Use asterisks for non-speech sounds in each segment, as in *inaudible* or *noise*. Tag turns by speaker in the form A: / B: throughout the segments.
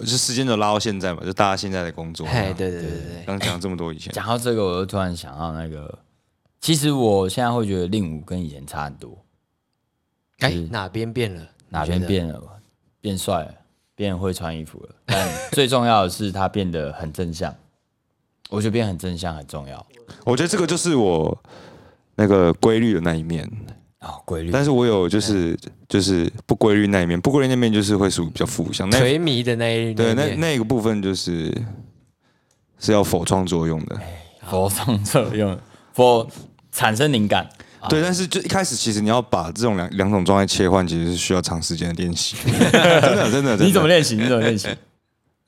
A: 就时间轴拉到现在嘛，就大家现在的工作。
B: 嘿，对对对对对。
A: 刚讲这么多以前，
B: 讲到这个，我就突然想到那个，其实我现在会觉得令武跟以前差很多，
C: 哎，哪边变了？
B: 哪
C: 你
B: 边
C: 觉得？
B: 变了吧？变帅了，变会穿衣服了，但最重要的是他变得很正向。我觉得变很正向很重要
A: 我觉得这个就是我那个规律的那一面，
B: 哦，规律
A: 但是我有就是就是不规律那一面，不规律那面就是会属于比较负向，那
C: 垂迷的那一
A: 对那
C: 面
A: 那个部分就是是要否创作用的。
B: 哎佛上作用，佛产生灵感，
A: 对，但是就一开始，其实你要把这种两两种状态切换，其实是需要长时间的练
B: *laughs*
A: 习。真的，真的，真的
B: 你怎么？练哎习？你怎
A: *laughs*
B: 么练习？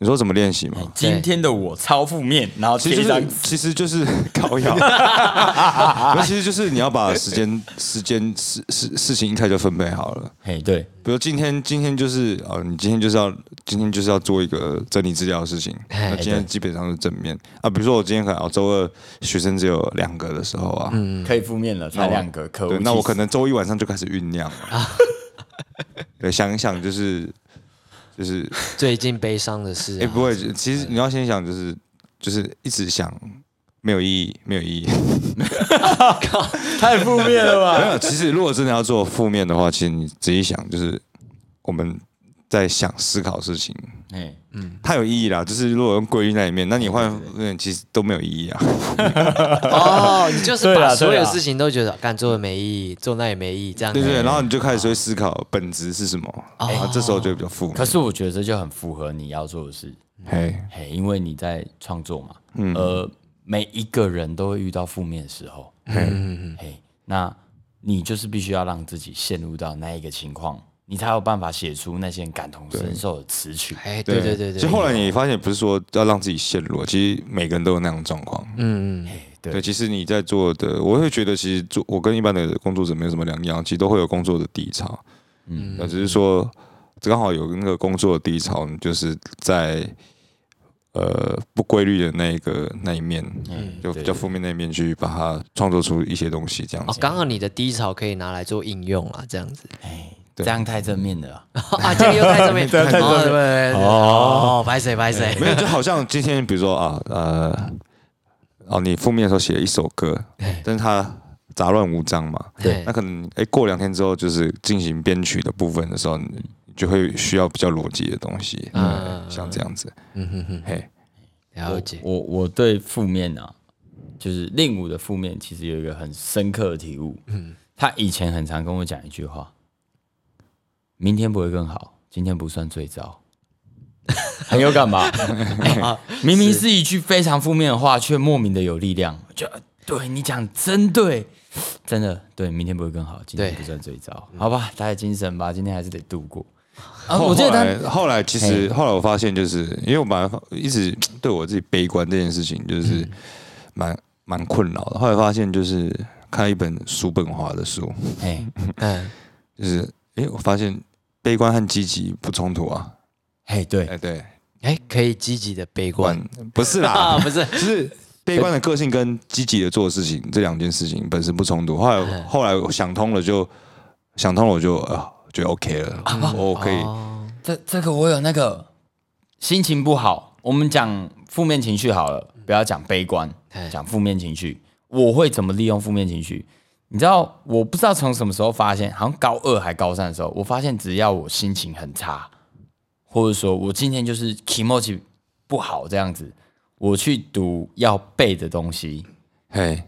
A: 你说怎么练习吗？
B: 今天的我超负面，然后
A: 其
B: 贴
A: 实
B: 一
A: 就
B: 张
A: 是，其实就是 *laughs* 高压。那其实就是你要把时间、时间、事事事情一开始就分配好了。
B: 嘿，对，
A: 比如今天，今天就是呃，你今天就是要，今天就是要做一个整理资料的事情。
B: 哎
A: 那今天基本上是正面啊。比如说我今天可能哦，周二学生只有两个的时候啊，
B: 可以负面了，
A: 那
B: 才
A: 我
B: 嗯两个，可恶啊
A: 对，那我
B: 气死
A: 可能周一晚上就开始酝酿了。 *laughs* 对，想一想就是就是，
C: 最近悲伤的事
A: 哎、
C: 啊，
A: 不会，其实你要先想就是就是一直想。没有意义，没有意义。
B: 太负面了
A: *laughs*
B: 吧？
A: 没有，其实如果真的要做负面的话，其实你仔细想，就是我们在想思考事情，
B: 哎，
A: 它有意义啦。就是如果用规律那里面，那你换嗯，其实都没有意义啊。
C: 哦，你就是
B: 对啦
C: 把所
B: 对
C: 有
B: 啦
C: 事情都觉得干做的没意义，做那也没意义，这样
A: 对对对，然后你就开始会思考本质是什么，啊，这时候就比较负
B: 可
A: 面。
B: 是我觉得这就很符合你要做的事，
A: 嘿，
B: 嘿，因为你在创作嘛，呃，每一个人都会遇到负面的时候，嘿，那你就是必须要让自己陷入到那一个情况，你才有办法写出那些感同身受的词曲。
C: 哎，对对对
A: 其
C: 对，
A: 实后来你发现，不是说要让自己陷入，其实每个人都有那种状况。
C: 嗯，嗯，
B: 对
A: 对，其实你在做的，我会觉得其实做我跟一般的工作者没有什么两样，其实都会有工作的低潮。嗯，那只是说刚好有那个工作的低潮，你就是在呃不规律的那一个那一面，就比较负面那一面去把它创作出一些东西，这样
C: 哦
A: 子，。
C: 刚好你的低潮可以拿来做应用啦，这样子
B: 哎，这样太正面了啊。
C: 啊，这个又在这边，
B: 对太正面
C: 哦对对对哦，拍谁拍谁，
A: *laughs* 没有，就好像今天比如说啊呃哦，你负面的时候写了一首歌，但是它杂乱无章嘛，
C: 对
A: 那可能哎、诶过两天之后就是进行编曲的部分的时候，你就会需要比较逻辑的东西，嗯，像这样子，
C: 嗯哼哼，
A: 嘿，
C: 了解，
B: 我我对负面啊，就是令武的负面，其实有一个很深刻的体悟。嗯，他以前很常跟我讲一句话：“明天不会更好，今天不算最糟。”很有感吧？ *laughs* 哎明明是一句非常负面的话，却莫名的有力量。就对你讲，真对，真的对，明天不会更好，今天
C: 对
B: 不算最糟。好吧，打点精神吧，今天还是得度过。啊，
A: 后
B: 我记得
A: 后
B: 他
A: 来后来其实后来我发现，就是因为我蛮一直对我自己悲观这件事情，就是蛮蛮困扰的。后来发现就是看一本叔本华的书，
B: 哎
C: 嗯，
A: 就是哎、诶我发现悲观和积极不冲突啊，
B: 哎，
A: 哎、
B: 对，
A: 对，
C: 哎，可以积极的悲
A: 不 *laughs*
C: *laughs* 观
A: 然不是啦，
C: 啊，不是，
A: 就是悲观的个性跟积极的做的事情这两件事情本身不冲突。后
C: 哎
A: 来后来我想通了就，想通了我就啊，觉得 OK 了，我可以。
C: 啊哦，
B: 这这个我有那个心情不好，我们讲负面情绪好了，不要讲悲观，
C: 哎
B: 讲负面情绪，我会怎么利用负面情绪？你知道，我不知道从什么时候发现，好像高二还高三的时候，我发现只要我心情很差，或者说我今天就是 e m o j i 不好这样子，我去读要背的东西，
A: 嘿，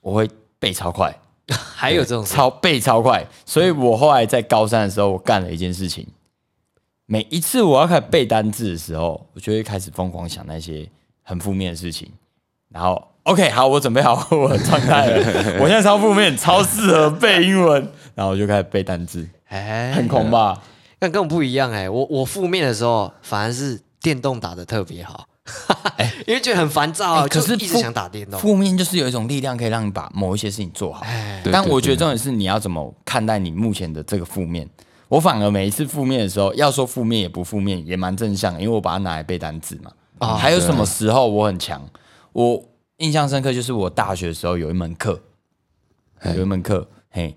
B: 我会背超快，
C: 还有这种
B: 超背超快，所以我后来在高三的时候，我干了一件事情。每一次我要开始背单字的时候，我就会开始疯狂想那些很负面的事情。然后，OK，好，我准备好我的状态了，我现在超负面，超适合背英文。然后我就开始背单字，
C: 哎
B: 很，恐吧？
C: 那跟我不一样哎，我我负面的时候反而是电动打的特别好， *laughs* 因为觉得很烦躁啊，
B: 欸哎可
C: 就是一直
B: 负
C: 想打电 *laughs* 动，
B: 负面就是有一种力量可以让你把某一些事情做好。
C: 哎，
A: 对
B: 但
A: 对
B: 我觉得
A: 对
B: 重点是你要怎么看待你目前的这个负面。我反而每一次负面的时候，要说负面也不负面，也蛮正向的，因为我把它拿来背单词嘛。
C: 哦
B: 还有什么时候我很强？我印象深刻就是我大学的时候有一门课，有一门课，嘿，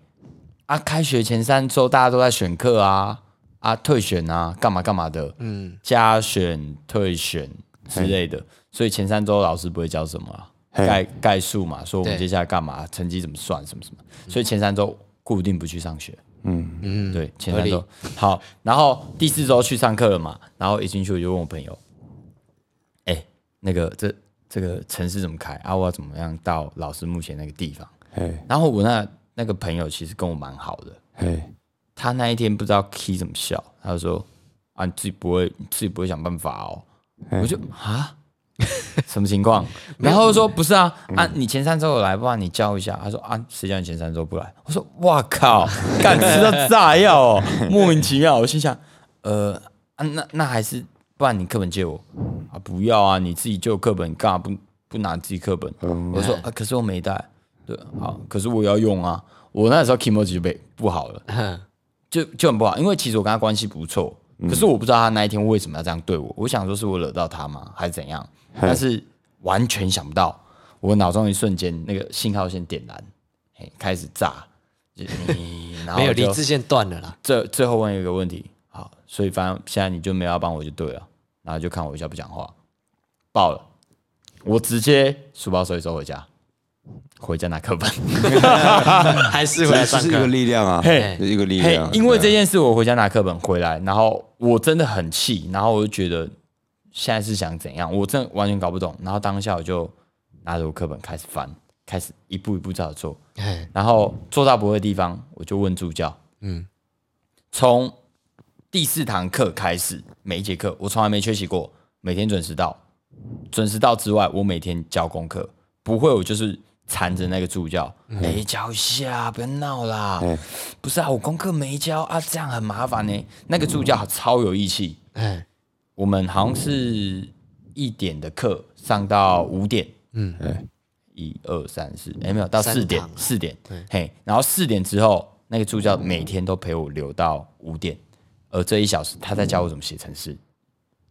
B: 啊，开学前三周大家都在选课啊，啊，退选啊，干嘛干嘛的，
C: 嗯，
B: 加选、退选之类的，所以前三周老师不会教什么啊、
A: 嘿
B: 概概述嘛，说我们
C: 对
B: 接下来干嘛，成绩怎么算，什么什么，所以前三周固定不去上学。
A: 嗯，
C: 嗯，
B: 对，前
C: 合
B: 三
C: 理
B: 周好，然后第四周去上课了嘛，然后一进去我就问我朋友，哎、那个这这个城市怎么开啊？我要怎么样到老师目前那个地方？
A: 嘿，
B: 然后我那那个朋友其实跟我蛮好的，
A: 嘿，
B: 他那一天不知道 key 怎么笑，他就说啊，你自己不会，你自己不会想办法哦。我就啊， *laughs* 什么情况？然后说不是啊，啊，你前三周有来，不然你教一下。他说啊，谁叫你前三周不来？我说哇靠，敢吃到炸药哦，莫名其妙。我心想，呃啊，那那还是不然你课本借我啊，不要啊，你自己就有课本，你干嘛不不拿自己课本？我说啊，可是我没带。对，好，可是我要用啊。我那时候 k i m o j i 就被不好了。
C: 哼
B: 就就很不好，因为其实我跟他关系不错，可是我不知道他那一天为什么要这样对我。我想说是我惹到他吗，还是怎样？但是完全想不到，我脑中一瞬间那个信号线点燃，嘿，开始炸，就然后
C: 没有
B: 我就
C: 理智哦线断了啦。 *laughs*
B: 最最后问一个问题，好，所以反正现在你就没有要帮我就对了，然后就看我一下不讲话，爆了，我直接书包收一收回家，回家拿课本。
C: 还是回来
A: 这
C: 上
A: 是一个
C: 课。
A: 力量啊，
B: 嘿
A: 一个力
B: 嘿
A: 量，。
B: 因为这
A: 对啊
B: 件事，我回家拿课本回来，然后我真的很气，然后我就觉得现在是想怎样，我真的完全搞不懂。然后当下我就拿着我课本开始翻，开始一步一步照着做，
C: 嘿
B: 然后做到不会的地方，我就问助教，
C: 嗯，
B: 从第四堂课开始，每一节课我从来没缺席过，每天准时到。准时到之外，我每天交功课，不会我就是缠着那个助教，哎、教一下，不要闹啦。
A: 嗯
B: 不是啊，我功课没交啊，这样很麻烦呢、那个助教超有义气，
C: 哎，
B: 我们好像是一点的课上到五点，
C: 嗯
A: 哎
B: 一二三四，哎没有到
C: 三
B: 四点
C: 堂啊，
B: 四点
C: 对，
B: 嘿，然后四点之后，那个助教每天都陪我留到五点，而这一小时他在教我怎么写程式，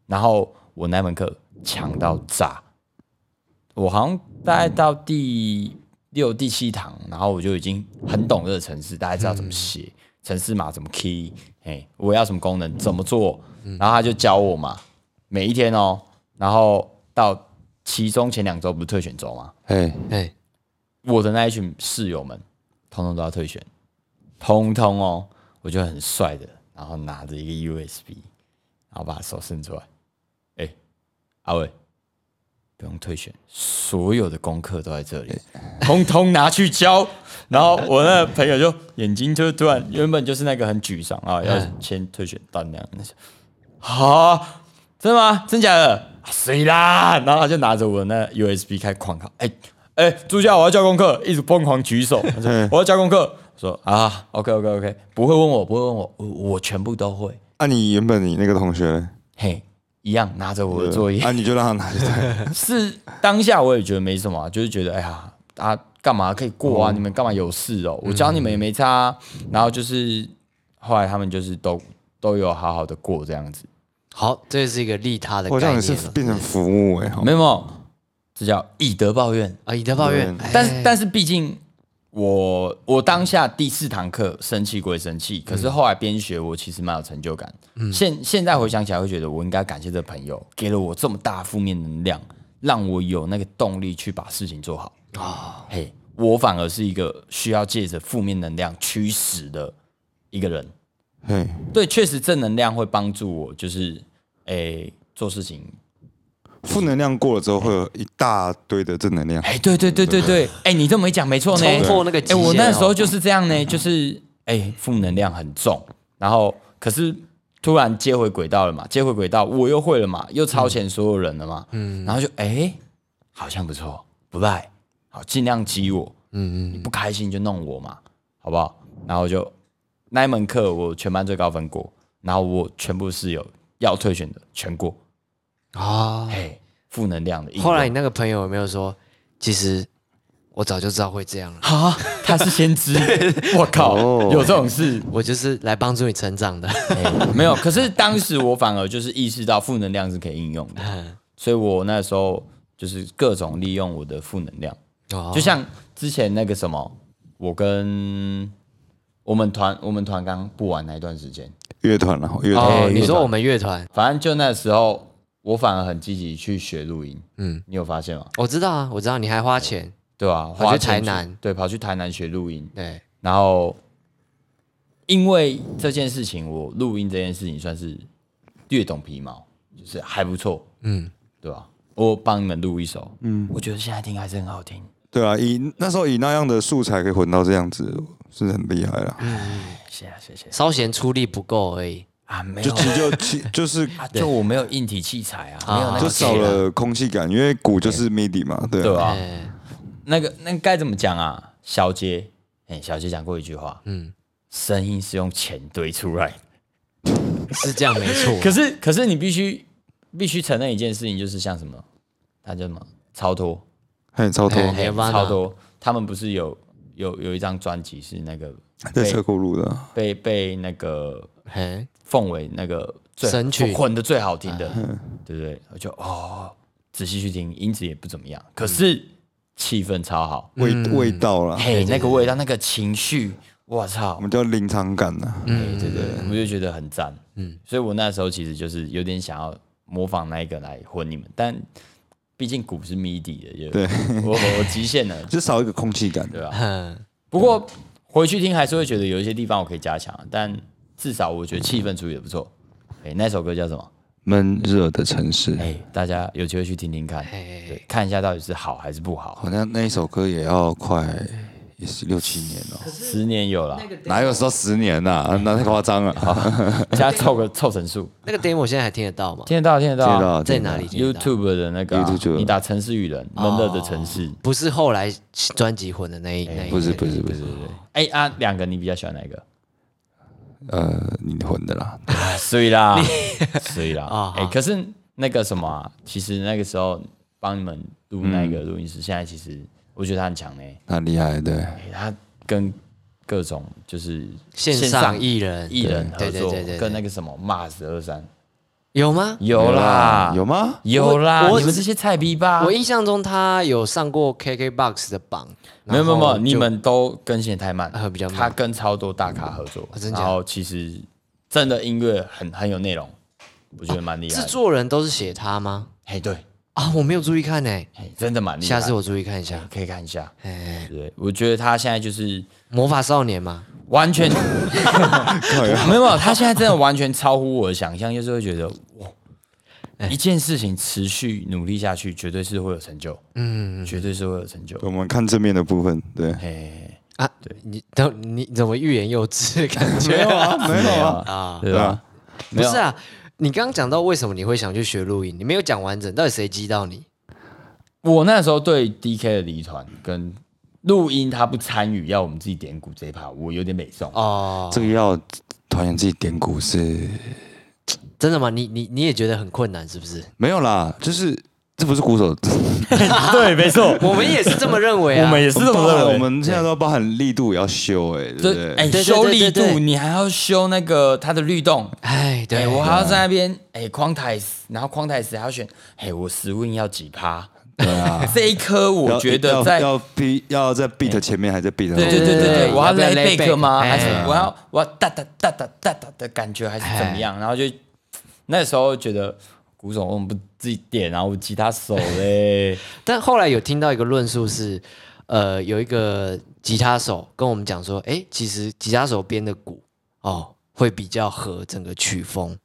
B: 然后我那门课强到炸，我好像大概到第六、第七堂，然后我就已经很懂这个程式，大概知道怎么写、程式码怎么 key，哎，我要什么功能怎么做，然后他就教我嘛，每一天哦，然后到其中前两周不是退选周吗？
A: 嘿，
C: 哎，
B: 我的那一群室友们，通通都要退选，通通哦，我就很帅的，然后拿着一个 USB，然后把手伸出来，哎、阿伟，不用退选，所有的功课都在这里，通通拿去交。然后我那个朋友就眼睛就突然原本就是那个很沮丧啊，要先退选到那样，那些啊，真的吗？真假的？啊谁啦？然后他就拿着我那 USB 开始狂考，哎、哎、助教，我要交功课，一直疯狂举手，他说我要交功课，我说啊，OK OK OK，不会问我，不会问我，我我全部都会，
A: 啊，你原本你那个同学
C: *laughs*
A: 呢，
B: 嘿，一样拿着我的作业，
A: 啊，你就让他拿去对，
B: *laughs* 是当下我也觉得没什么啊，就是觉得哎呀啊干嘛可以过啊，你们干嘛有事哦？我教你们也没差啊、然后就是后来他们就是都都有好好的过这样子，
C: 好，这是一个利他的
A: 我
C: 概
A: 让你
C: 念
A: 是
C: 了
A: 变成服务哎，哈
B: 没有没有，这叫以德报怨。
C: 啊，以德报怨
A: 对。
B: 但是
C: 哎
B: 但是毕竟我我当下第四堂课生气归生
C: 嗯
B: 气，可是后来边学我其实蛮有成就感。现现在回想起来，会觉得我应该感谢这朋友给了我这么大负面能量，让我有那个动力去把事情做好。啊、嘿，我反而是一个需要借着负面能量驱使的一个人。
C: 嗯
A: 嘿，
B: 对，确实正能量会帮助我，就是诶、做事情
A: 负能量过了之后会有一大堆的正能量，
B: 哎，对对对对对，
C: *laughs*
B: 哎，你这么一讲没错呢，
C: 冲破那个极
B: 哎，
C: 限哦
B: 我那时候就是这样呢，就是哎，负能量很重，然后可是突然接回轨道了嘛，接回轨道，我又会了嘛，又超前所有人了嘛，嗯，然后就哎，好像不错，不赖，好，尽量激我，嗯嗯，你不开心就弄我嘛，好不好？然后就那一门课我全班最高分过，然后我全部室友要退选的全过，
C: 啊，
B: 哎，负能量的应用，
C: 后来你那个朋友有没有说，其实我早就知道会这样了，
B: *laughs* 啊， *laughs* 他是
C: *laughs*
B: 先知，我靠，
A: 哦
B: 有这种事、
C: 我就是来帮助你成长的。 *laughs*
B: 哎 *laughs* 没有？可是当时我反而就是意识到负能量是可以应用的，所以我那时候就是各种利用我的负能量，
C: 哦
B: 就像之前那个什么，我跟我们团我们团刚不玩那一段时间，
A: 乐团然后乐团，
C: 哦，
B: 对
C: 你
B: 哎乐
C: 说
B: 团
C: 我们乐团，
B: 反正就那时候我反而很积极去学录音，
C: 嗯，
B: 你有发现吗？
C: 我知道啊，我知道，你还花钱，
B: 对啊，
C: 跑去
B: 花钱
C: 台南
B: 对，跑去台南学录音，
C: 对，
B: 然后因为这件事情，我录音这件事情算是略懂皮毛，就是还不错，
C: 嗯，
B: 对吧、我帮你们录一首，嗯，我觉得现在听还是很好听。
A: 对啊，以那时候以那样的素材可以混到这样子，是很厉害了。
B: 谢谢谢谢
C: 稍嫌出力不够而已，
B: 啊，没
A: 就
B: 有
A: 其实就其就是 *laughs*
B: 啊，就我没有硬体器材啊，没有那
A: 就
B: 个
A: 少了空气感，因为鼓就是 MIDI 嘛，对
B: 对
A: 啊，
B: 吧、
C: 哎，
B: 那个那个该怎么讲啊？小杰，哎、小杰讲过一句话，
C: 嗯，
B: 声音是用钱堆出来的。
C: 是这样没错，
B: 可是可是你必须必须承认一件事情，就是像什么，他叫什么超脱，
A: 嘿，超多
C: 哎还有吗
B: 超脱，他们不是有有有一张专辑是那个
A: 在车库录的啊，
B: 被被那个
C: 嘿，
B: 奉为那个最
C: 神曲
B: 混的最好听的，对不对？我就哦，仔细去听，音质也不怎么样，可是气氛超好，
A: 味味道啦，
B: 嘿，那个味道，那个情绪，我操
A: 我！们叫临场感啊呐。
B: 嗯对对对，我就觉得很赞。嗯，所以我那时候其实就是有点想要模仿那一个来混你们，但毕竟鼓是 MIDI 的，就
A: 对
B: 我我极限 *laughs* 了，
A: 就少一个空气感。
B: 对吧、
C: 嗯，
B: 不过回去听还是会觉得有一些地方我可以加强，但至少我觉得气氛处理的不错。哎、那首歌叫什么？
A: 闷热的城市
B: 哎、大家有机会去听听
C: 哎
B: 看，对
C: 嘿，
B: 看一下到底是好还是不好。
A: 好像那一首歌也要快也是六七年了，
B: 十年有了，
A: 哪有说十年呐、啊？那太夸张了。好，
B: 现在凑个凑整数，
C: 那个 demo 现在还听得到吗？
B: 听得到，听得到
A: 听
B: 啊，
A: 得到
C: 在哪里听得到
B: YouTube 的那个啊、
A: YouTube
B: 你打城市与人，闷热的城市。
C: 不是后来专辑混的那一那一
A: 不是不是不是，
B: 哎、啊，两个你比较喜欢哪一个？
A: 呃，你混的啦。
C: *laughs*
B: 水啦，水啦
C: 啊
B: 啊！哎、
C: 好
B: 可是那个什么、啊，其实那个时候帮你们录那
C: 嗯
B: 个录音师，现在其实我觉得他很强呢、
A: 那厉害，对，
B: 哎他跟各种就是
C: 线上艺人
B: 艺人合
C: 对对
B: 作，
C: 对对，
B: 跟那
C: 个
B: 个什么 Mars 二三
C: 有吗？
B: 有啦，
A: 有吗？
B: 有啦
C: 我，我
B: 你们这些菜逼吧
C: 我？印象中他有上过 KKBOX 的榜，
B: 没有没有没
C: 然后
B: 有，
C: 就
B: 你们都更新的太慢，
C: 啊比较慢
B: 他跟超多大咖合作，
C: 啊真假
B: 然后其实真的音乐很很有内容，我觉得蛮厉害
C: 哦制
B: 的。
C: 作人都是写他吗？
B: 哎，对，
C: 啊，我没有注意看呢，
B: 哎，真的蛮厉害。
C: 下次我注意看一下。
B: 可以看一下。
C: 哎，
B: 对，我觉得他现在就是
C: 魔法少年嘛，
B: 完全没有，没有，他现在真的完全超乎我的想象，就是会觉得哇，一件事情持续努力下去，绝对是会有成就，嗯，绝对是会有成就。
A: 我们看正面的部分，对，
B: 哎，
C: 啊，你都你怎么欲言又止的感觉？
A: 没有啊，没有啊，
B: 啊，对吧？
C: 不
B: 没有
C: 是啊，你刚刚讲到为什么你会想去学录音，你没有讲完整，到底谁激到你？
B: 我那时候对 DK 的离团跟录音他不参与，要我们自己点鼓这一趴，我有点美送。
C: 哦，
A: 这个要团员自己点鼓是
C: 真的吗？你你你也觉得很困难是不
B: *laughs*
C: 是？
A: 没有啦，就是这不是鼓手，
B: 对，没错，
C: 我们也是这么认为啊，
B: 我们也是这么认为。
A: 我们现在都包含力度也要修，哎，对不
B: 这
A: 对？
B: 哎，
C: 对对
B: 修
C: 对
B: 力
C: 对对
B: 度，你还要修那个它的律动，
C: 哎，
B: 对
C: 对
B: 我还要在那边哎、框台死，然后框台死还要选，哎、我 swing 要几趴？对啊，这一颗我
A: 要
B: 觉得
A: 要
B: 在
A: 要 beat 要在 beat 前面还在 beat 后
B: 对
A: 面
B: 对对对对，
C: 对
A: 啊
B: 我
C: 要不要
B: lay
C: lay
B: back 吗？
C: back？
B: 还是
C: 哎
B: 我要我要哒哒哒哒哒哒的感觉还是怎么
C: 哎
B: 样？然后就那时候觉得古总为什么不自己点，啊然后我吉他手嘞，
C: *laughs* 但后来有听到一个论述是，呃，有一个吉他手跟我们讲说，哎，其实吉他手编的鼓哦，会比较合整个曲风，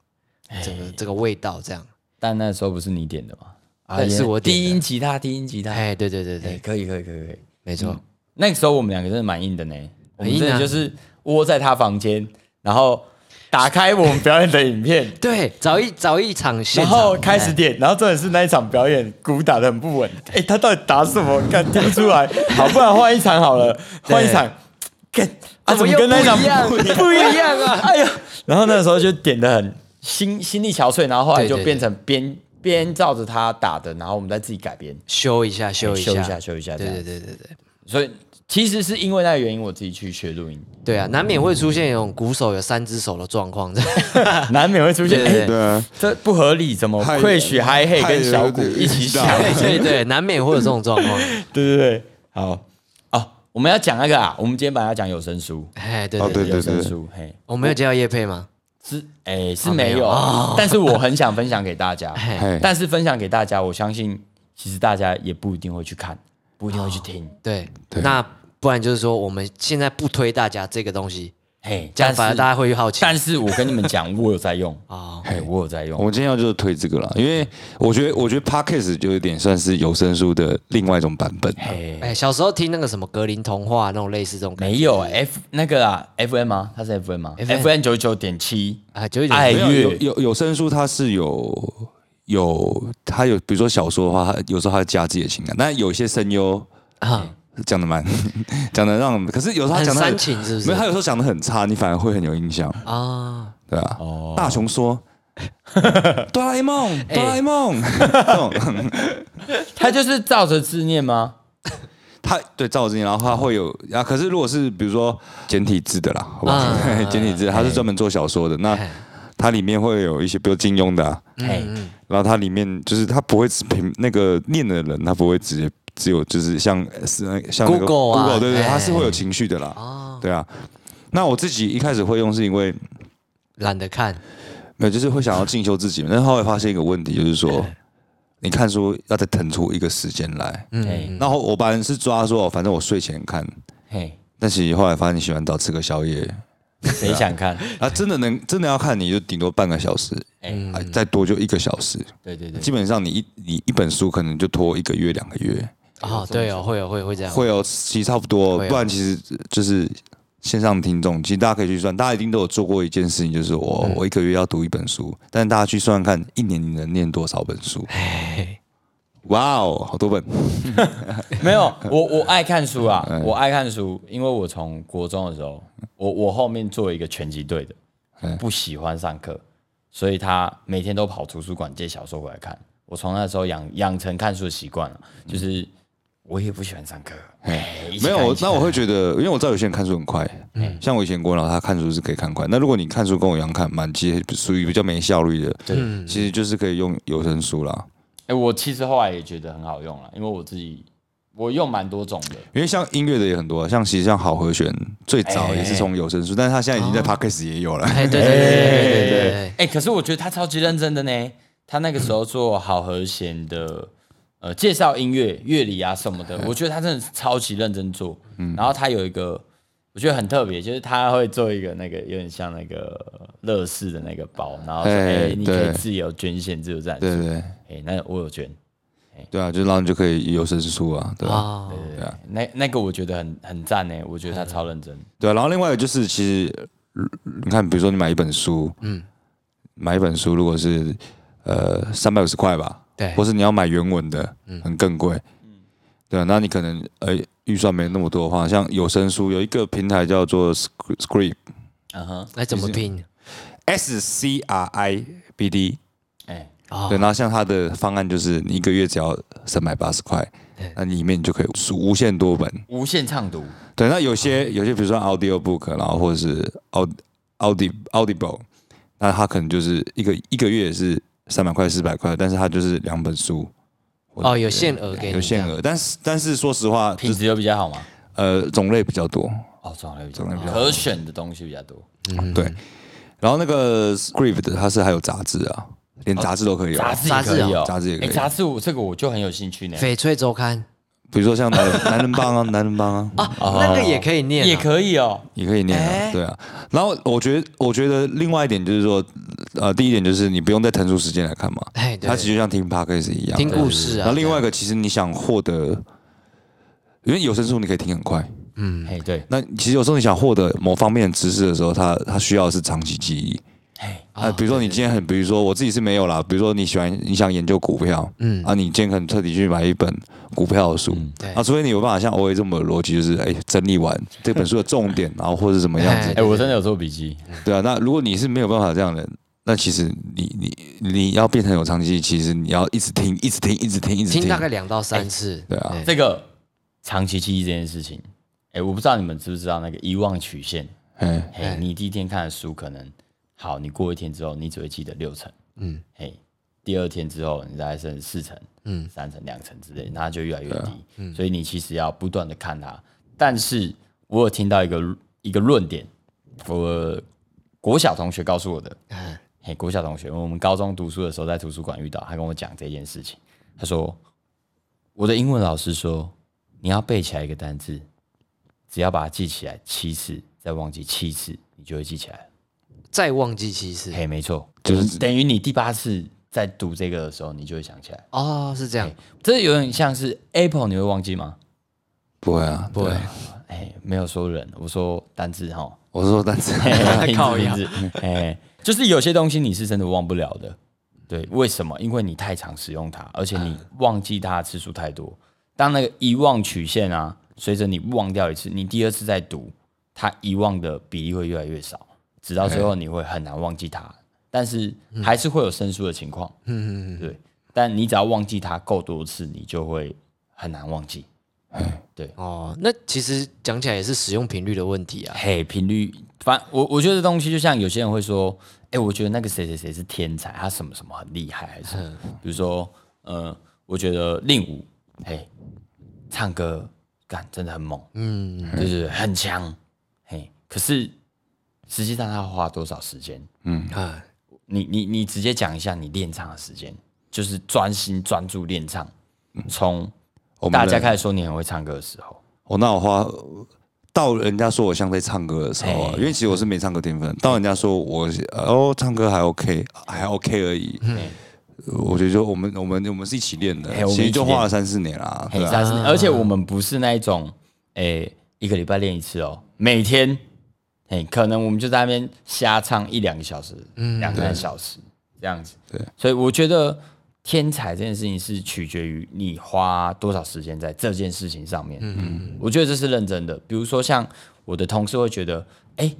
B: 哎
C: 整个这个味道这样。
B: 但那时候不是你点的吗？
C: 对啊是我点的
B: 低音吉他，低音吉他，哎、嗯
C: 哎，对对对对，
B: 可以可以可以可以。
C: 没错，
B: 那个时候我们两个真的蛮硬的呢，我
C: 很
B: 们
C: 硬啊，
B: 真的就是窝在他房间，然后打开我们表演的影片
C: 对，找一找一场哎现
B: 然
C: 场，
B: 后开始点，然后重点是那一场表演鼓打的很不稳，哎，他到底打什么？看听不出来，好，不然换一场好了，
C: 对
B: 换一场，看啊，
C: 怎么
B: 怎么
C: 又
B: 跟那一场
C: 不一样
B: 不一样啊？ *laughs* 哎呦，然后那时候就点的很心心力憔悴，然后后来
C: 对对
B: 就
C: 对
B: 变成编编照着他打的，然后我们再自己改编，
C: 修一下，修一
B: 哎修
C: 下，
B: 一下，修一下，这
C: 对
B: 样
C: 对对对对。
B: 所以其实是因为那个原因，我自己去学录音，
C: 对啊，难免会出现那种鼓手有三只手的状况， *laughs*
B: *laughs* 难免会出现，
C: 对对
B: 哎
A: 对啊
B: 这不合理，怎么
A: 害
B: 会许嗨嘿
A: 害
B: 跟小鼓
A: 有点
B: *laughs* 一起响？
A: 大
C: 对对对，难免会有这种状况。
B: 对对对，好哦，我们要讲那个啊，我们今天本来要讲有声书，
C: 哎，对
A: 哦
C: 对
A: 对
C: 对，
B: 有声书，嘿，
C: 我没有接到叶配吗？
B: 是哎是
C: 啊没
B: 没
C: 有
B: 有
C: 哦，
B: *laughs* 但是我很想分享给大
C: *laughs*
B: 家，
C: 哎，
A: 嘿，
B: 但是分享给大家，我相信其实大家也不一定会去看，不一定会去听，
C: 对，
A: 对
C: 那不然就是说我们现在不推大家这个东西，
B: 嘿，
C: 这样
B: 但
C: 反而大
B: 是
C: 家会去好奇
B: 但是我跟你们讲，我有在用，
C: *laughs* 哦，
B: 嘿，我有在用
A: 我，们今天要就是推这个啦，因为我觉得我觉得 podcast 就有点算是有声书的另外一种版本。啊
B: 嘿，
C: 哎，小时候听那个什么格林童话那种类似这种感觉，
B: 没有 F 那个啊，FM 吗？它是 FM 吗
C: FM
B: ？FM 九九点七，
C: 啊，九九
B: 哎
A: 没有
B: 越
A: 有有有声书，它是有有它有，比如说小说的话，它有时候它会加自己的情感，但有些声优
C: 啊，
A: 讲的蛮 *laughs* 讲的让，可是有时候他
C: 很
A: 讲的
C: 煽情是不是
A: 没有，他有时候讲的很差，你反而会很有印象，
C: 啊，
A: 对啊。
B: 哦
A: 大雄
C: *laughs*
A: 说：“哆啦 A 梦，
C: 哎
A: 哆啦 A 梦。这种
B: 它就是照着字念吗？
A: 他对照着念，然后他会有啊。可是如果是比如说简体字的啦，好吧，
C: 啊
A: *laughs* 简体字，他是专门做小说的，那
C: 哎
A: 它里面会有一些，比如金庸的、啊，
B: 嘿，
A: 然后它里面就是它不会只凭那个念的人，他不会直接只有就是像是那像那个
C: Google 啊
A: Google 对对，
C: 哎
A: 它是会有情绪的啦，
C: 哦，
A: 对啊。那我自己一开始会用是因为
C: 懒得看，
A: 没
C: 没
A: 有，就是会想要进修自己，但是后来发现一个问题，就是说
C: 哎
A: 你看书要再腾出一个时间来。
B: 嘿
C: 嗯，
A: 然后我本来是抓说，反正我睡前看，
B: 嘿，
A: 但其实后来发现你洗完澡吃个宵夜，
B: 谁想看？
A: 啊，真的能真的要看你就顶多半个小时，
B: 哎
A: 啊，再多就一个小时，
B: 对对对，
A: 基本上你一你一本书可能就拖一个月两个月，
C: 哦，对哦，会有会会这样，
A: 会有其实差不多
C: 会，有
A: 不然其实就是线上听众，其实大家可以去算，大家一定都有做过一件事情，就是我、
B: 嗯
A: 我一个月要读一本书，但大家去算算看，一年你能念多少本书？
C: 哎，
A: 哇哦，好多本，
B: *laughs* 没有，我我爱看书
A: *laughs*
B: 啊，
A: 哎
B: 我爱看书，因为我从国中的时候，我我后面做一个拳击队的
A: 嗯，
B: 不喜欢上课，所以他每天都跑图书馆借小说回来看。我从那时候养养成看书的习惯了，就是我也不喜欢上课，哎一
A: 嗯
B: 起
A: 没有，
B: 看
A: 我
B: 一起
A: 那
B: 看嗯
A: 我会觉得，因为我知道有些人看书很快，像我以前国老他看书是可以看快，那如果你看书跟我一样看慢，其实属于比较没效率的，
B: 对嗯
A: 对，其实就是可以用有声书啦。
B: 哎，我其实后来也觉得很好用了，因为我自己我用蛮多种的，
A: 因为像音乐的也很多，啊像其实像好和弦最早
B: 哎
A: 也是从有声书，但是他现在已经在
B: 哦
A: podcast 也有了。
C: 哎，对对对对对对对，
B: 哎、可是我觉得他超级认真的呢。他那个时候做好和弦的，呃，介绍音乐、乐理啊什么
A: 嗯
B: 的，我觉得他真的是超级认真做。然后他有一个，我觉得很特别，就是他会做一个那个有点像那个乐视的那个包，然后说，哎、
A: 哎
B: 你可以
A: 对
B: 自由捐献、自由赞助。
A: 对对对
B: 哎、那我有捐。
A: 对啊，就然后你就可以有声书啊，对吧、啊？
C: 哦
B: 对对对，那那个我觉得很很赞呢，我觉得他超认真。
A: 对啊，然后另外一个就是，其实呃你看，比如说你买一本书，嗯，买一本书如果是呃三百五十块吧，
C: 对
A: 或是你要买原文的，很更贵，哎嗯，对啊，那你可能呃预算没那么多的话，像有声书有一个平台叫做 Script
B: 嗯哼，
C: 那哎怎么拼？
A: S C R I B D，
B: 哎、
C: 哦
A: 对，然后像它的方案就是你一个月只要三百八十块，那里面你就可以无限多本。
B: 无限畅读。
A: 对，那有
C: 啊
A: 些有些比如说 audio book，然后或者是 aud audi audible，那它可能就是一个一个月也是三百块四百块，但是它就是两本书
C: 哦，有限额给你，
A: 有限，额，但是但是说实话，
B: 品
A: 就是
B: 质又比较好嘛？
A: 呃种类比较多。
B: 哦，种类比较
A: 种类比较好
B: 可选的东西比较多。
C: 嗯
A: 对，然后那个 script 它是还有杂志啊，连杂志都可以有，啊
B: 杂志
C: 哦杂志
B: 也可以
C: 哦
B: 哦，
A: 杂志也可
B: 哎
A: 以
B: 杂志我这个我就很有兴趣呢，
C: 翡翠周刊
A: 比如说像男人男人帮啊， *laughs* 男人帮啊，
C: 啊，那个也可以念啊，
B: 也可以哦。
A: 也可以念啊，
C: 哎
A: 对啊。然后我觉得，我觉得另外一点就是说，呃，第一点就是你不用再腾出时间来看嘛，
C: 哎，对
A: 它其实就像听 podcast 一样，
C: 听故事
A: 然后
C: 啊，
A: 另外一个，其实你想获得，因为有声书你可以听很快。嗯
B: 哎，对，
A: 那其实有时候你想获得某方面的知识的时候，它它需要的是长期记忆。
B: 哎，
A: 啊，
C: 哦
A: 比如说你今天很，比如说我自己是没有啦，比如说你喜欢你想研究股票，嗯，啊，你今天可能特地去买一本股票的书，
C: 嗯对
A: 啊，除非你有办法像 O A 这么有逻辑，就是哎整理完这本书的重
C: *laughs*
A: 点，然后或者怎么样子
C: 哎，
B: 哎，我真的有做笔记，
A: 对啊，那如果你是没有办法这样的人，那其实你你你要变成有长期，其实你要一直听，一直听，一直听，一直
C: 听
A: 听
C: 大。概两到三次，
A: 对啊，
B: 这个长期记忆这件事情，哎，我不知道你们知不知道那个遗忘曲线。
A: 哎，
B: 哎，你第一天看的书可能好，你过一天之后你只会记得六成，嗯，嘿，第二天之后你大概剩啊嗯四成，嗯，三成、两成之类，那它就越来越低。所以你其实要不断的看它，但是我有听到一个一个论点，我国小同学告诉我的，嘿，国小同学，我们高中读书的时候在图书馆遇到，他跟我讲这件事情，他说我的英文老师说，你要背起来一个单字，只要把它记起来七次，再忘记七次，你就会记起来了。
C: 再忘记其实
B: 嘿，没错，
A: 就
B: 就是是等于你第八次在读这个的时候，你就会想起来。
C: 哦，是这样，
B: 这有点像是 Apple，你会忘记吗？
A: 不会啊，
C: 不会
A: 对，
B: 哎，没有说人，我说单字哈，
A: 我是说单
B: *laughs*
A: 词，
C: 靠呀 *laughs*
B: 名字，名字哎，就是有些东西你是真的忘不了的。对，为什么？因为你太常使用它，而且
C: 啊
B: 你忘记它的次数太多。当那个遗忘曲线啊，随着你忘掉一次，你第二次再读，它遗忘的比例会越来越少，直到最
C: 哎
B: 后你会很难忘记它，但是还是会有生疏的情况。
C: 嗯，嗯嗯
B: 对，但你只要忘记它够多次，你就会很难忘记。
C: 哦，那其实讲起来也是使用频率的问题啊，
B: 嘿，频率，反我我觉得这东西就像有些人会说，哎、我觉得那个谁谁谁是天才，他什么什么很厉害，还是
A: 嗯
B: 比如说，呃，我觉得令武，嘿，唱歌干真的很猛，
C: 嗯，
B: 就是很强，嘿，可是实际上他花多少时间？
C: 啊，
B: 你你你直接讲一下你练唱的时间，就是专心专注练唱，从
A: 嗯我们
B: 大家
A: 的
B: 开始说你很会唱歌的时候，
A: *laughs* 我那我花到人家说我像在唱歌的时候啊，
B: 哎
A: 因为其实我是没唱歌天分，到人家说我呃哦唱歌还 OK，还 OK 而已。嗯我觉得就我们我们我们是一起练的
B: 哎，我们
A: 其实
B: 一起
A: 就
B: 练
A: 花了三四年啦，
B: 嘿
A: 对啊，
B: 但是而且我们不是那一种，诶、一个礼拜练一次哦，每天，嘿，可能我们就在那边瞎唱一两个小时，两三小时这样子。
A: 嗯对，
B: 所以我觉得天才这件事情是取决于你花多少时间在这件事情上面。嗯，我觉得这是认真的。比如说像我的同事会觉得，哎、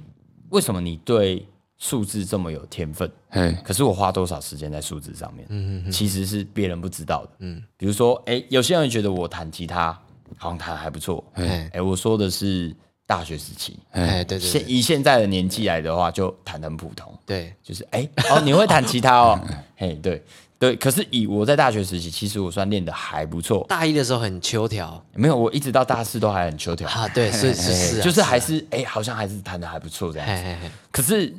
B: 为什么你对数字这么有天分？
A: 嘿，
B: 可是我花多少时间在数字上面，
C: 嗯
B: 其实是别人不知道的。比如说，哎、有些人觉得我弹吉他好像弹得还不错，哎、
C: 哎
B: 我说的是大学时期，
C: 哎，对对
B: 现
C: 对
B: 以现在的年纪来的话，就弹得很普通，
C: 对，
B: 就是
C: *laughs*
B: 哎、哦，你会弹吉他哦，嘿，对对。可是以我在大学时期，其实我算练得还不错，
C: 大一的时候很秋条
B: 没有，我一直到大四都还很秋条，
C: 啊，对，是是 *laughs*
B: 哎
C: 是啊，
B: 就是还是哎、好像还是弹得还不错这样
C: 嘿
B: 子。
C: 嘿嘿，
B: 可是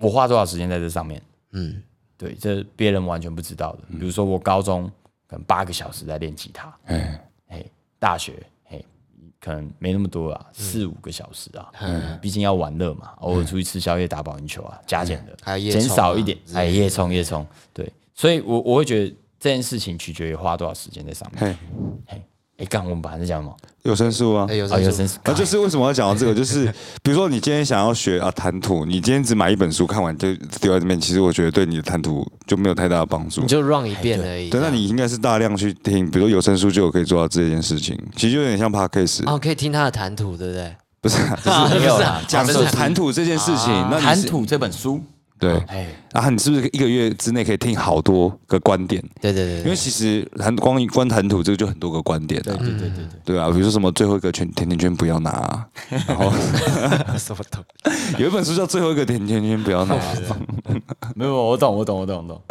B: 我花多少时间在这上面？
C: 嗯，
B: 对，这别人完全不知道的。比如说我高中可能八个小时在练吉他，
A: 哎，
B: 嘿，大学嘿可能没那么多啊，四五个小时啊，毕竟要玩乐嘛，偶尔出去吃宵夜、打保龄球啊，加减的，
C: 还有夜
B: 减
C: 冲
B: 少
C: 啊
B: 一点，哎，夜冲夜冲，对，所以我我会觉得这件事情取决于花多少时间在上面。
A: 嘿，
B: 嘿，哎，刚我们本来在讲什么？
A: 有申诉啊
C: 哎，。有
B: 哦，有
C: 有
B: 声是
A: 那就是为什么要讲到这个，
B: *laughs*
A: 就是比如说你今天想要学啊谈吐，你今天只买一本书看完就丢在这边，其实我觉得对你的谈吐就没有太大的帮助
C: 你。就 run 一遍而已，
A: 对，那
C: 这样
A: 你应该是大量去听，比如说有声书就有可以做到这件事情，其实就有点像 podcast，
C: 哦，可以听他的谈吐，对不对？
A: 不是
B: *laughs*
A: 啊
B: 啊没有
C: 啊
B: 啦，
A: 讲
B: 的
A: 说
B: 是
A: 谈吐这件事情，那你
B: 啊谈
A: 是
B: 吐这本书，
A: 对
B: 哎，
A: 啊，你是不是一个月之内可以听好多个观点？
C: 对对对
A: 因为
C: 对，
A: 其实谈光光谈吐这个就很多个观点
B: 对
A: 啊，
B: 对对对对，
A: 对啊，比如说什么最后一个圈甜甜圈不要拿啊，然后
C: 什么都
A: *laughs* 有一本书叫《最后一个甜甜圈不要拿啊》，
B: 没有，我懂，我懂，我懂，我懂。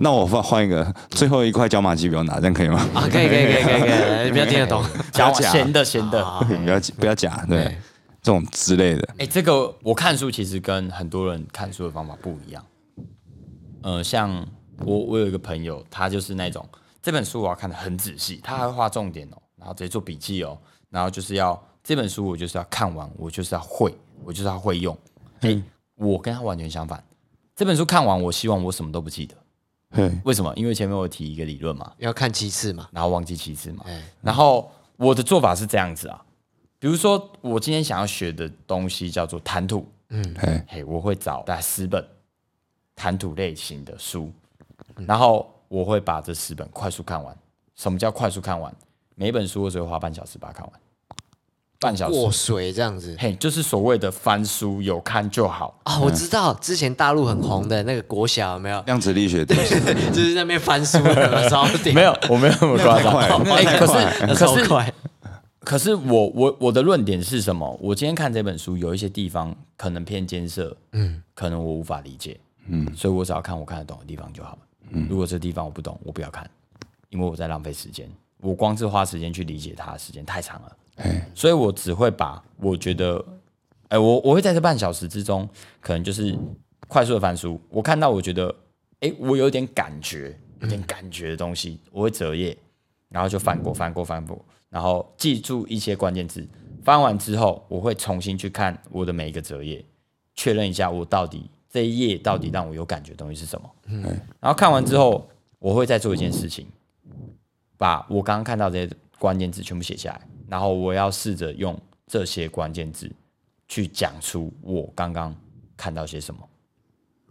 A: 那我换换一个，最后一块椒麻鸡不要拿，这样可以吗？
C: 啊，可以可以可以可以可以，不要听得懂，
B: 假
A: 假
B: 咸的咸的。
C: 啊
A: 不要不要假，对，这种之类的，
B: 哎、这个我看书其实跟很多人看书的方法不一样。呃，像我我有一个朋友，他就是那种这本书我要看的很仔细，他还会画重点哦，然后直接做笔记哦，然后就是要这本书我就是要看完，我就是要会，我就是要会用。哎、我跟他完全相反，这本书看完，我希望我什么都不记得。
A: 嘿，
B: 为什么？因为前面我提一个理论嘛，
C: 要看其次嘛，
B: 然后忘记其次嘛。
C: 哎
B: 然后我的做法是这样子啊，比如说我今天想要学的东西叫做谈吐，
A: 嘿，
B: 嘿，我会找大概十本谈吐类型的书，然后我会把这十本快速看完。什么叫快速看完？每一本书我只会花半小时把它看完，半小
C: 过
B: 时。
C: 水这样子
B: 嘿，就是所谓的翻书，有看就好。
C: 啊，我知道之前大陆很红的那个国小有没有， *laughs*
A: 量子力学定律，
C: 就是在那边翻书的时候，
B: 没有，我没有那么夸张。
A: 那太快
B: 哎，可是
C: 超
B: 可是
C: 快，
B: 可是我我我的论点是什么？我今天看这本书，有一些地方可能偏艰涩，嗯，可能我无法理解，嗯，所以我只要看我看得懂的地方就好了。嗯，如果这地方我不懂，我不要看，因为我在浪费时间。我光是花时间去理解它，时间太长了。
A: 哎，
B: 所以我只会把我觉得，哎、我我会在这半小时之中，可能就是快速的翻书，我看到我觉得，哎、我有点感觉，有点感觉的东西，我会折页，然后就翻过翻过翻过，然后记住一些关键字。翻完之后，我会重新去看我的每一个折页，确认一下我到底这一页到底让我有感觉的东西是什么。然后看完之后，我会再做一件事情，把我刚刚看到这些关键字全部写下来，然后我要试着用这些关键字去讲出我刚刚看到些什么。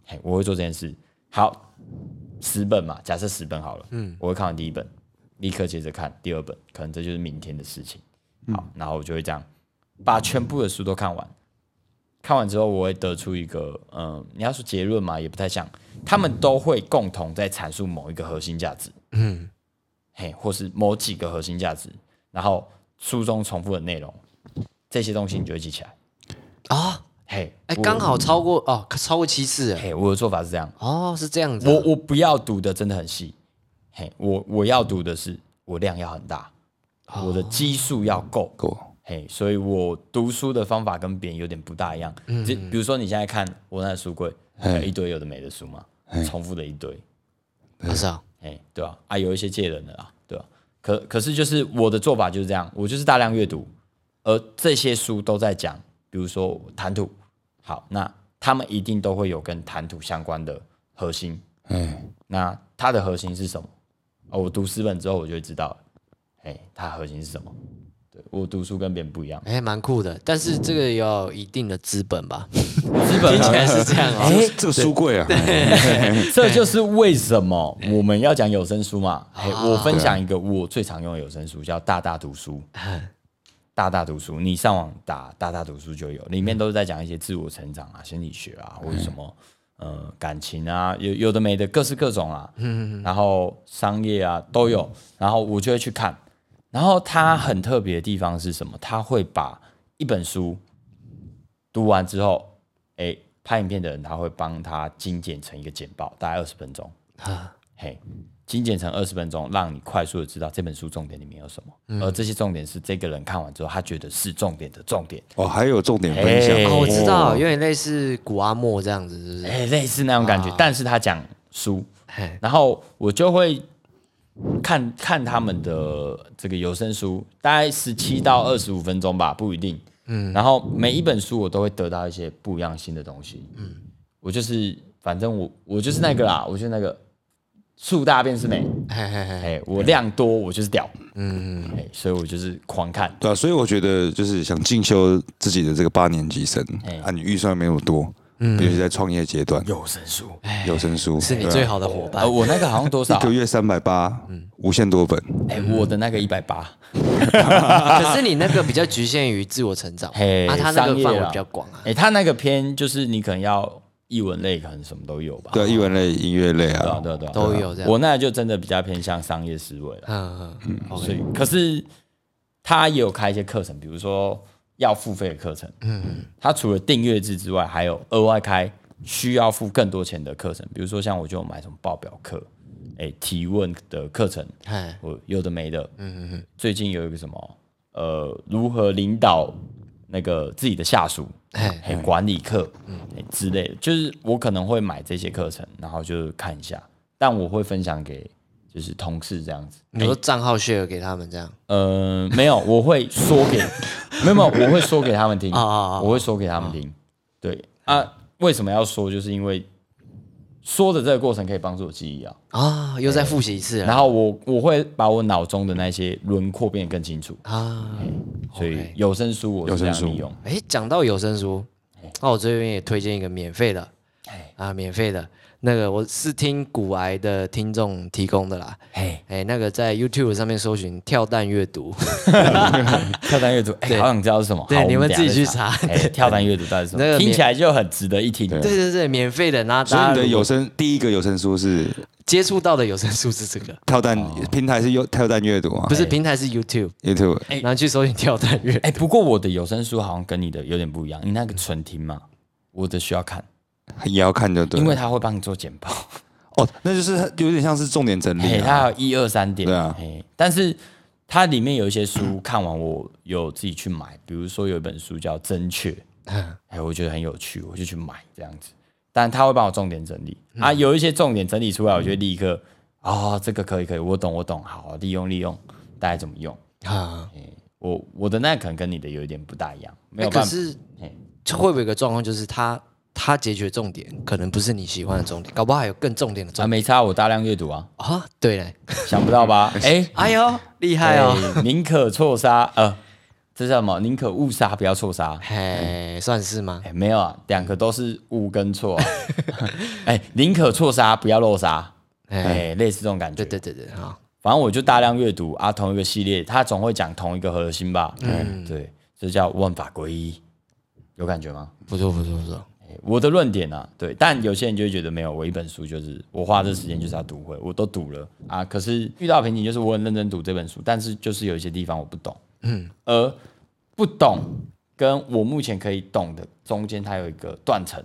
B: 嘿，我会做这件事。好，十本嘛，假设十本好了，嗯，我会看完第一本，立刻接着看第二本，可能这就是明天的事情。
C: 嗯
B: 好，然后我就会这样把全部的书都看完。看完之后，我会得出一个，嗯，你要说结论嘛，也不太像。他们都会共同在阐述某一个核心价值，嗯，嘿，或是某几个核心价值，然后书中重复的内容，这些东西你就会记起来。
C: 啊，
B: 嘿，
C: 哎，
B: 我
C: 刚好超过哦，超过七次了
B: 嘿，我的做法是这样，
C: 哦，是这样子啊，
B: 我我不要读的真的很细，嘿，我我要读的是我量要很大，
C: 哦
B: 我的基数要够，
A: 够
B: 嘿，所以我读书的方法跟别人有点不大一样。就比如说你现在看我那书柜，
A: 嘿
B: 有一堆有的没的书嘛，重复的一堆，
C: 啊是啊，
B: 哎、对啊，啊，有一些借人的啦，对啊。可可是就是我的做法就是这样，我就是大量阅读，而这些书都在讲，比如说谈吐，好，那他们一定都会有跟谈吐相关的核心，
A: 哎，
B: 那它的核心是什么？哦，我读十本之后我就会知道了，哎、它核心是什么？对我读书跟别人不一样，
C: 哎，蛮酷的，但是这个也要有一定的资本吧？
B: 资本
C: 听
B: 啊
C: 起来是这样哦，
A: 哎，这个书柜啊，
B: 这就是为什么我们要讲有声书嘛。嘿我分享一个我最常用的有声书，叫《大大读书》。 *laughs* 大大读书，你上网打“大大读书”就有，里面都是在讲一些自我成长啊、心理学啊，或者什么呃感情啊，有有的没的，各式各种啊。嗯，然后商业啊都有，然后我就会去看。然后它很特别的地方是什么？它会把一本书读完之后，诶，拍影片的人他会帮他精简成一个简报，大概二十分钟。嘿，精简成二十分钟，让你快速的知道这本书重点里面有什么，而这些重点是这个人看完之后他觉得是重点的重点。
A: 哦，还有重点分享
B: 哎
C: 哦，我知道，
A: 哦
C: 有点类似古阿莫这样子，是不是？
B: 哎，类似那种感觉，但是他讲书，
C: 嘿，
B: 然后我就会看看他们的这个有声书，大概十七到二十五分钟吧，不一定。嗯，然后每一本书我都会得到一些不一样新的东西。嗯，我就是反正我我就是那个啦，我就是那个树大便是美，
C: 嘿嘿嘿，
B: 哎，我量多我就是屌，嗯，哎，所以我就是狂看。
A: 对啊，所以我觉得就是想进修自己的这个八年级生
B: 哎
A: 啊，你预算没有多，尤其在创业阶段，
B: 有声书，
A: 有声书
C: 嗯是你
A: 对啊
C: 最好嗯的伙伴
B: 呃，。哎我那个好像多少 *laughs*
A: 一？个月三百八，无限多本，
B: 哎，我的那个一百八，
C: 可是你那个比较局限于自我成长，
B: *laughs* 嘿
C: 啊，他那个
B: 商业
C: 范围
B: 啦
C: 比较广啊。
B: 哎，他那个偏就是你可能要译文类，可能什么都有吧。
C: 哦
A: 对啊，译文类、音乐类
B: 对啊，
A: 啊，
B: 对啊，对啊，
C: 都
B: 对啊
C: 有这样
B: 我那就真的比较偏向商业思维了，
C: 嗯嗯，OK，
B: 所以可是他也有开一些课程，比如说要付费的课程，嗯，他除了订阅制之外，还有额外开需要付更多钱的课程，比如说像我就有买什么报表课，哎、提问的课程，
C: 嘿，
B: 我有的没的，嗯嗯嗯，最近有一个什么，呃，如何领导那个自己的下属，
C: 嘿
B: 嘿，管理课，嗯，之类的，就是我可能会买这些课程，然后就是看一下，但我会分享给就是同事这样子，
C: 你说账号 share 给他们这样，
B: 呃，没有，我会说 *laughs* 给，没有没有，我会说给他们听，
C: 啊啊啊
B: 我会说给他们听，对啊，为什么要说？就是因为说的这个过程可以帮助我记忆啊，
C: 啊，又再复习一次了
B: 然后我我会把我脑中的那些轮廓变得更清楚，
C: 啊。
B: 所以
C: OK
B: 有声书我是这
A: 有声
B: 样
A: 书
B: 利用，
C: 哎，讲到有声书，那我这边也推荐一个免费的
B: 哎
C: 啊，免费的那个我是听骨癌的听众提供的啦。 *laughs*
B: 嘿，
C: 哎，那个在 YouTube 上面搜寻“跳蛋阅 *laughs* 读
B: 跳单阅读，哎，好想知道是什么，
C: 对
B: 好我
C: 你们
B: 等一下
C: 自己
B: 再
C: 去查
B: 哎，跳单阅读到底是什
C: 那个
B: 么？听
C: 免
B: 起来就很值得一听，”，
A: 对
C: 对对对，免费的，然后
A: 所以
C: 大
A: 你
C: 家
A: 的
C: 如
A: 有
C: 果
A: 声第一个有声书是
C: 接触到的有声书是这个，
A: 跳蛋
B: 哦
A: 平台是有跳蛋阅读啊
C: 不是平台是 YouTube，
A: ，YouTube
B: 哎
C: 然后去搜寻“跳蛋阅
B: 哎，不过我的有声书好像跟你的有点不一样，你那个纯听嘛，我的需要看，
A: 也要看就对了，
B: 因为它会帮你做简报，
A: 哦，那就是有点像是重点整
B: 嘿，
A: 理啊，
B: 它有一二三点，
A: 对啊
B: 嘿，但是它里面有一些书看完，我有自己去买，比如说有一本书叫《正确》，
C: 嗯
B: 哎，我觉得很有趣，我就去买这样子。但他会帮我重点整理、啊，有一些重点整理出来，我就立刻啊、哦，这个可以可以，我懂我懂，好，利用利用，大概怎么用？
C: 啊，
B: 我我的那可能跟你的有一点不大一样，
C: 那
B: 没有
C: 哎可
B: 办法。
C: 是
B: 嘿
C: 就会不会有一个状况，就是他他解决重点可能不是你喜欢的重点，搞不好还有更重点的
B: 啊，
C: 重点
B: 没差，我大量阅读啊，
C: 啊。对嘞，
B: 想不到吧？哎、
C: *laughs* 哎呦，厉害哦！
B: 哎宁可错杀，呃，这叫什么？宁可误杀，不要错杀。
C: 嘿，算是吗？
B: 哎、没有啊，两个都是误跟错、啊。 *laughs* 哎、宁可错杀，不要漏杀。哎、
C: 哎，
B: 类似这种感觉。
C: 对对对对，好，
B: 反正我就大量阅读啊，同一个系列，它总会讲同一个核心吧。嗯，对，这叫万法归一，有感觉吗？
C: 不错不错不错。
B: 哎我的论点啊，对，但有些人就会觉得没有，我一本书就是我花这时间就是要读会，我都读了啊。可是遇到瓶颈就是我很认真读这本书，但是就是有一些地方我不懂，嗯，而不懂跟我目前可以懂的中间它有一个断层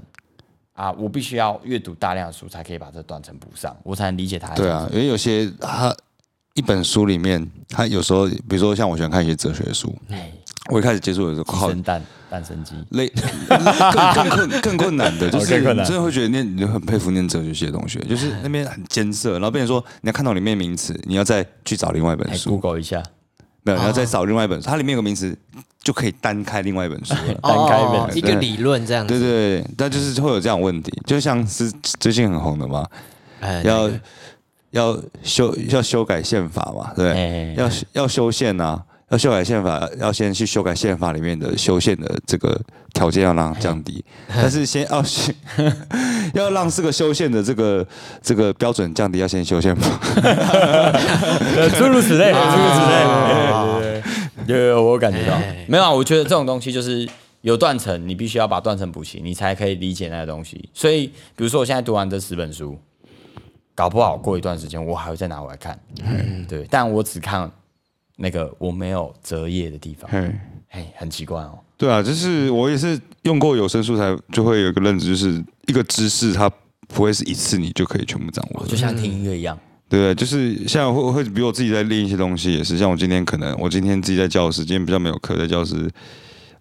B: 啊，我必须要阅读大量的书才可以把这断层补上，我才能理解它。
A: 对啊，因为有些他一本书里面，他有时候，比如说像我喜欢看一些哲学书，
B: 哎，
A: 我一开始接触的时候，靠，
B: 生蛋蛋生鸡，
A: 类 *laughs* 更更困更困难
B: *laughs*
A: 的，就
B: 哦
A: 是
B: 更
A: 你
B: 困难
A: 真的会觉得念，你很佩服念哲学系的同学，就是那边很艰涩，然后变成说你要看到里面名词，你要再去找另外一本
B: 哎
A: 书，
B: ，Google 一下，
A: 没有，你要
B: 啊
A: 再找另外一本书，它里面有个名词就可以单开另外一本书
B: *laughs*
A: 了。
B: 单开一本
C: 哦一个理论这样
A: 对
C: 子，
A: 对对，但就是会有这样的问题，就像是最近很红的嘛，
C: 哎
A: 要要修要修改宪法嘛，对不对？
B: 哎，
A: 要要修宪啊，要修改宪法，要先去修改宪法里面的修宪的这个条件要让它降低，
B: 哎
A: 但是先要
B: *laughs*
A: 先要让这个修宪的这个这个标准降低，要先修宪法。
B: 呃，诸如此类，诸如此
C: 啊
B: 类，对对对，有有有我有感觉到
C: 哎，
B: 没有啊，我觉得这种东西就是有断层，你必须要把断层补齐，你才可以理解那个东西。所以，比如说我现在读完这十本书，搞不好过一段时间我还会再拿回来看，对，但我只看那个我没有折页的地方，
A: 嘿
B: 哎，很奇怪哦，
A: 对啊，就是我也是用过有声素材，就会有一个认知，就是一个知识它不会是一次你就可以全部掌握的
B: 就。像听音乐一样，
A: 对对，就是像会会比我自己在练一些东西也是，像我今天可能我今天自己在教室，今天比较没有课，在教室，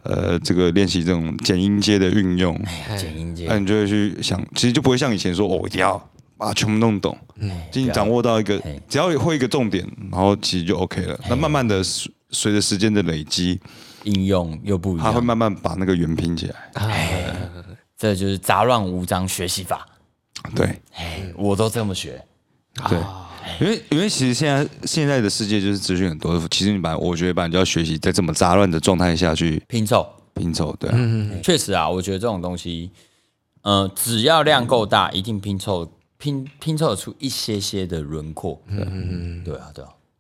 A: 呃，这个练习这种简音阶的运用，
B: 哎剪
A: 那
B: 音节，
A: 你就会去想，其实就不会像以前说，哦，我一定要把它全部弄懂，
B: 哎
A: 就你掌握到一个
B: 嘿，
A: 只要会一个重点，然后其实就 OK 了。
B: 哎
A: 那慢慢的随随着时间的累积，
B: 应用又不一
A: 它会
B: 样，
A: 慢慢把那个圆拼起来。
C: 哎
B: 这就是杂乱无章学习法，
A: 对
B: 哎，我都这么学，啊哎
A: 对，因为因为其实现在现在的世界就是资讯很多，其实你把我觉得把你就要学习在这么杂乱的状态下去
B: 拼凑。
A: 拼凑，对啊。
B: 确实啊，我觉得这种东西，呃，只要量够大，一定拼凑拼拼凑得出一些些的轮廓。嗯，对啊，对啊，